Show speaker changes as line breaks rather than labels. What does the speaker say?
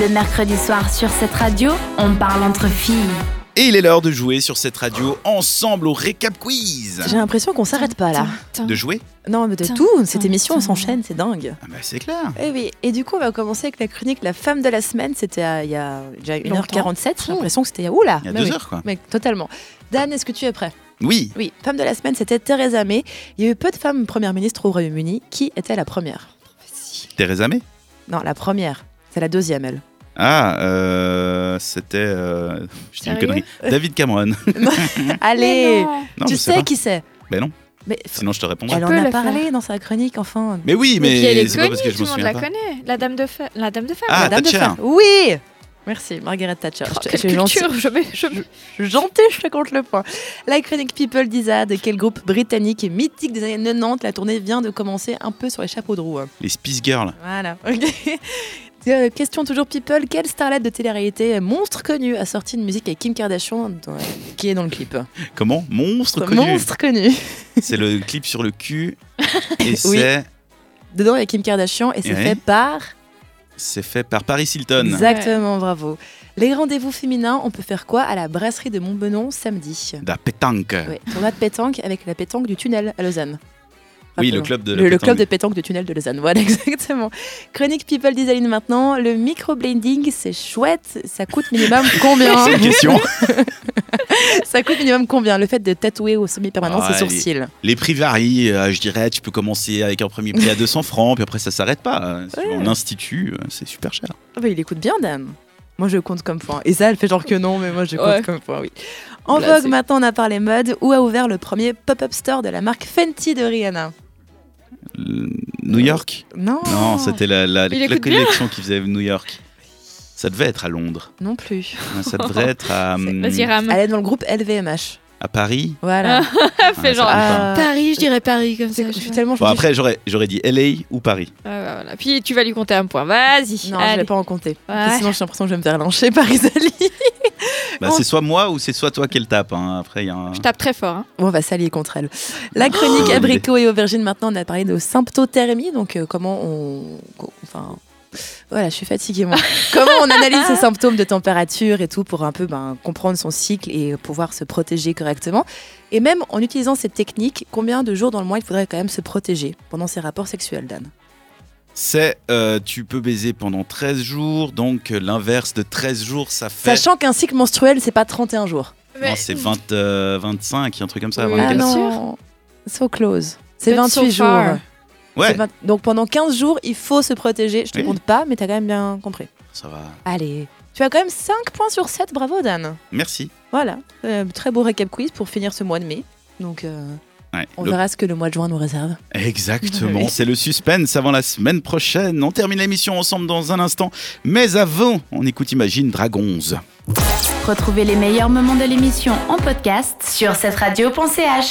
Le mercredi soir sur cette radio, on parle entre filles.
Et il est l'heure de jouer sur cette radio ensemble au récap quiz.
J'ai l'impression qu'on s'arrête pas là.
De jouer
Non, mais de
Tin,
tout, cette
tin,
émission, on
tin.
s'enchaîne, c'est dingue.
ah bah, C'est clair.
Et Eh oui, et du coup, on va commencer avec la chronique La femme de la semaine. C'était à- il y a déjà 1h47. J'ai l'impression que c'était il y a. Oula
Il y a
Bah
mais
deux
oui.
heures quoi.
Mais totalement. Dan, est-ce que tu es prêt
Oui.
Oui, femme de la semaine, c'était Theresa May. Il y a eu peu de femmes premières ministres au Royaume-Uni. Qui était la première
Theresa May.
Non, la première. C'est la deuxième, elle.
Ah, euh, c'était. euh, je dis une
Sérieux
connerie. David Cameron.
Allez
Hein non,
Tu
je
sais,
sais pas.
qui c'est
Ben non.
Mais
Sinon, je te réponds.
elle en
peux
a
la
parlé dans sa chronique, enfin.
Mais oui,
Mais puis elle
mais
est
c'est pas
connue,
parce que je
tout
me
le monde la
souviens pas.
connaît. La dame de fer, la dame de fer.
Ah,
Madame de
Thatcher.
Fer. Oui Merci, Margaret Thatcher.
Oh,
Je-
quelle
je suis gentille.
culture, je vais, je vais-
Gentil, je te compte le point. La chronique People d'Isa, de quel groupe britannique et mythique des années 90 la tournée vient de commencer un peu sur les chapeaux de roue. hein.
Les Spice Girls.
Voilà. ok. Euh, question toujours People, quelle starlette de télé-réalité monstre connu a sorti une musique avec Kim Kardashian dans- qui est dans le clip
Comment Monstre connu.
Monstre connu.
C'est le clip sur le cul. Et c'est
Dedans il y a Kim Kardashian et c'est
Ouais.
fait par...
c'est fait par Paris Hilton.
Exactement, bravo. Les rendez-vous féminins, on peut faire quoi à la brasserie de Montbenon samedi
Da pétanque.
Ouais, tournoi de pétanque avec la pétanque du tunnel à Lausanne.
Oui, le
Rappelons.
club de la
Le, le
pétanque.
club de pétanque de tunnel de Lausanne, voilà exactement. Chronique People d'Isaline maintenant, le micro-blending c'est chouette, ça coûte minimum combien
C'est une question.
Ça coûte minimum combien le fait de tatouer au semi-permanent
Ah,
ses sourcils
Les prix varient. euh, je dirais, tu peux commencer avec un premier prix à 200 francs, puis après ça s'arrête pas. Euh, si tu vas En institut, euh, c'est super cher.
Ah bah, Il écoute bien Dan moi je compte comme point. Et ça, elle fait genre que non, mais moi je compte
Ouais.
comme point, oui. En
Là,
vogue
c'est-
maintenant, on a parlé mode. Où a ouvert le premier pop-up store de la marque Fenty de Rihanna
Euh, New York
Non,
Non, c'était la, la-
Oh. Il
la
écoute bien.
collection qui faisait New York. Ça devait être à Londres.
non plus.
Ouais, Ça devrait être à, hum,
Vas-y, rame.
Elle est dans le groupe LVMH.
à Paris.
Voilà.
Ah, ça
Fais genre,
compte pas.
Ah,
Paris, je dirais Paris comme
c'est-
ça.
je suis tellement
Bon,
gentille.
après, j'aurais j'aurais dit LA ou Paris.
Ouais, ouais, voilà. Puis tu vas lui compter un point. Vas-y.
Non, je
allez.
vais pas en compter. Parce que
Ouais.
Sinon, j'ai l'impression que je vais me faire lyncher par Isali.
Bah,
On-
c'est soit moi ou c'est soit toi qu'elle tape. hein. Après, il y a un...
Je tape très fort. hein.
Bon, on va s'allier contre elle. La chronique
Oh,
abricot et aubergine, maintenant, on a parlé de symptothermie. Donc, euh, comment on. co- Enfin. Voilà, je suis fatiguée, moi. Comment on analyse ses symptômes de température et tout pour un peu ben, comprendre son cycle et pouvoir se protéger correctement. Et même en utilisant cette technique, combien de jours dans le mois il faudrait quand même se protéger pendant ses rapports sexuels, Dan
C'est euh, tu peux baiser pendant 13 jours, donc euh, l'inverse de 13 jours, ça fait.
Sachant qu'un cycle menstruel, c'est pas 31 jours.
Non, c'est 20, euh, 25, un truc comme ça.
Oui,
24.
Ah non.
So close. C'est
But
28
so far.
jours.
Ouais,
C'est vingt- Donc pendant 15 jours, il faut se protéger. Je te
Oui.
compte pas, mais t'as quand même bien compris.
ça va.
Allez. Tu as quand même 5 points sur 7, bravo Dan.
Merci.
Voilà. Euh, très beau récap quiz pour finir ce mois de mai. Donc euh,
Ouais,
on
le-
verra ce que le mois de juin nous réserve.
Exactement,
Oui.
c'est le suspense avant la semaine prochaine. On termine l'émission ensemble dans un instant, mais avant, on écoute Imagine Dragons.
Retrouvez les meilleurs moments de l'émission en podcast sur cette radio.ch.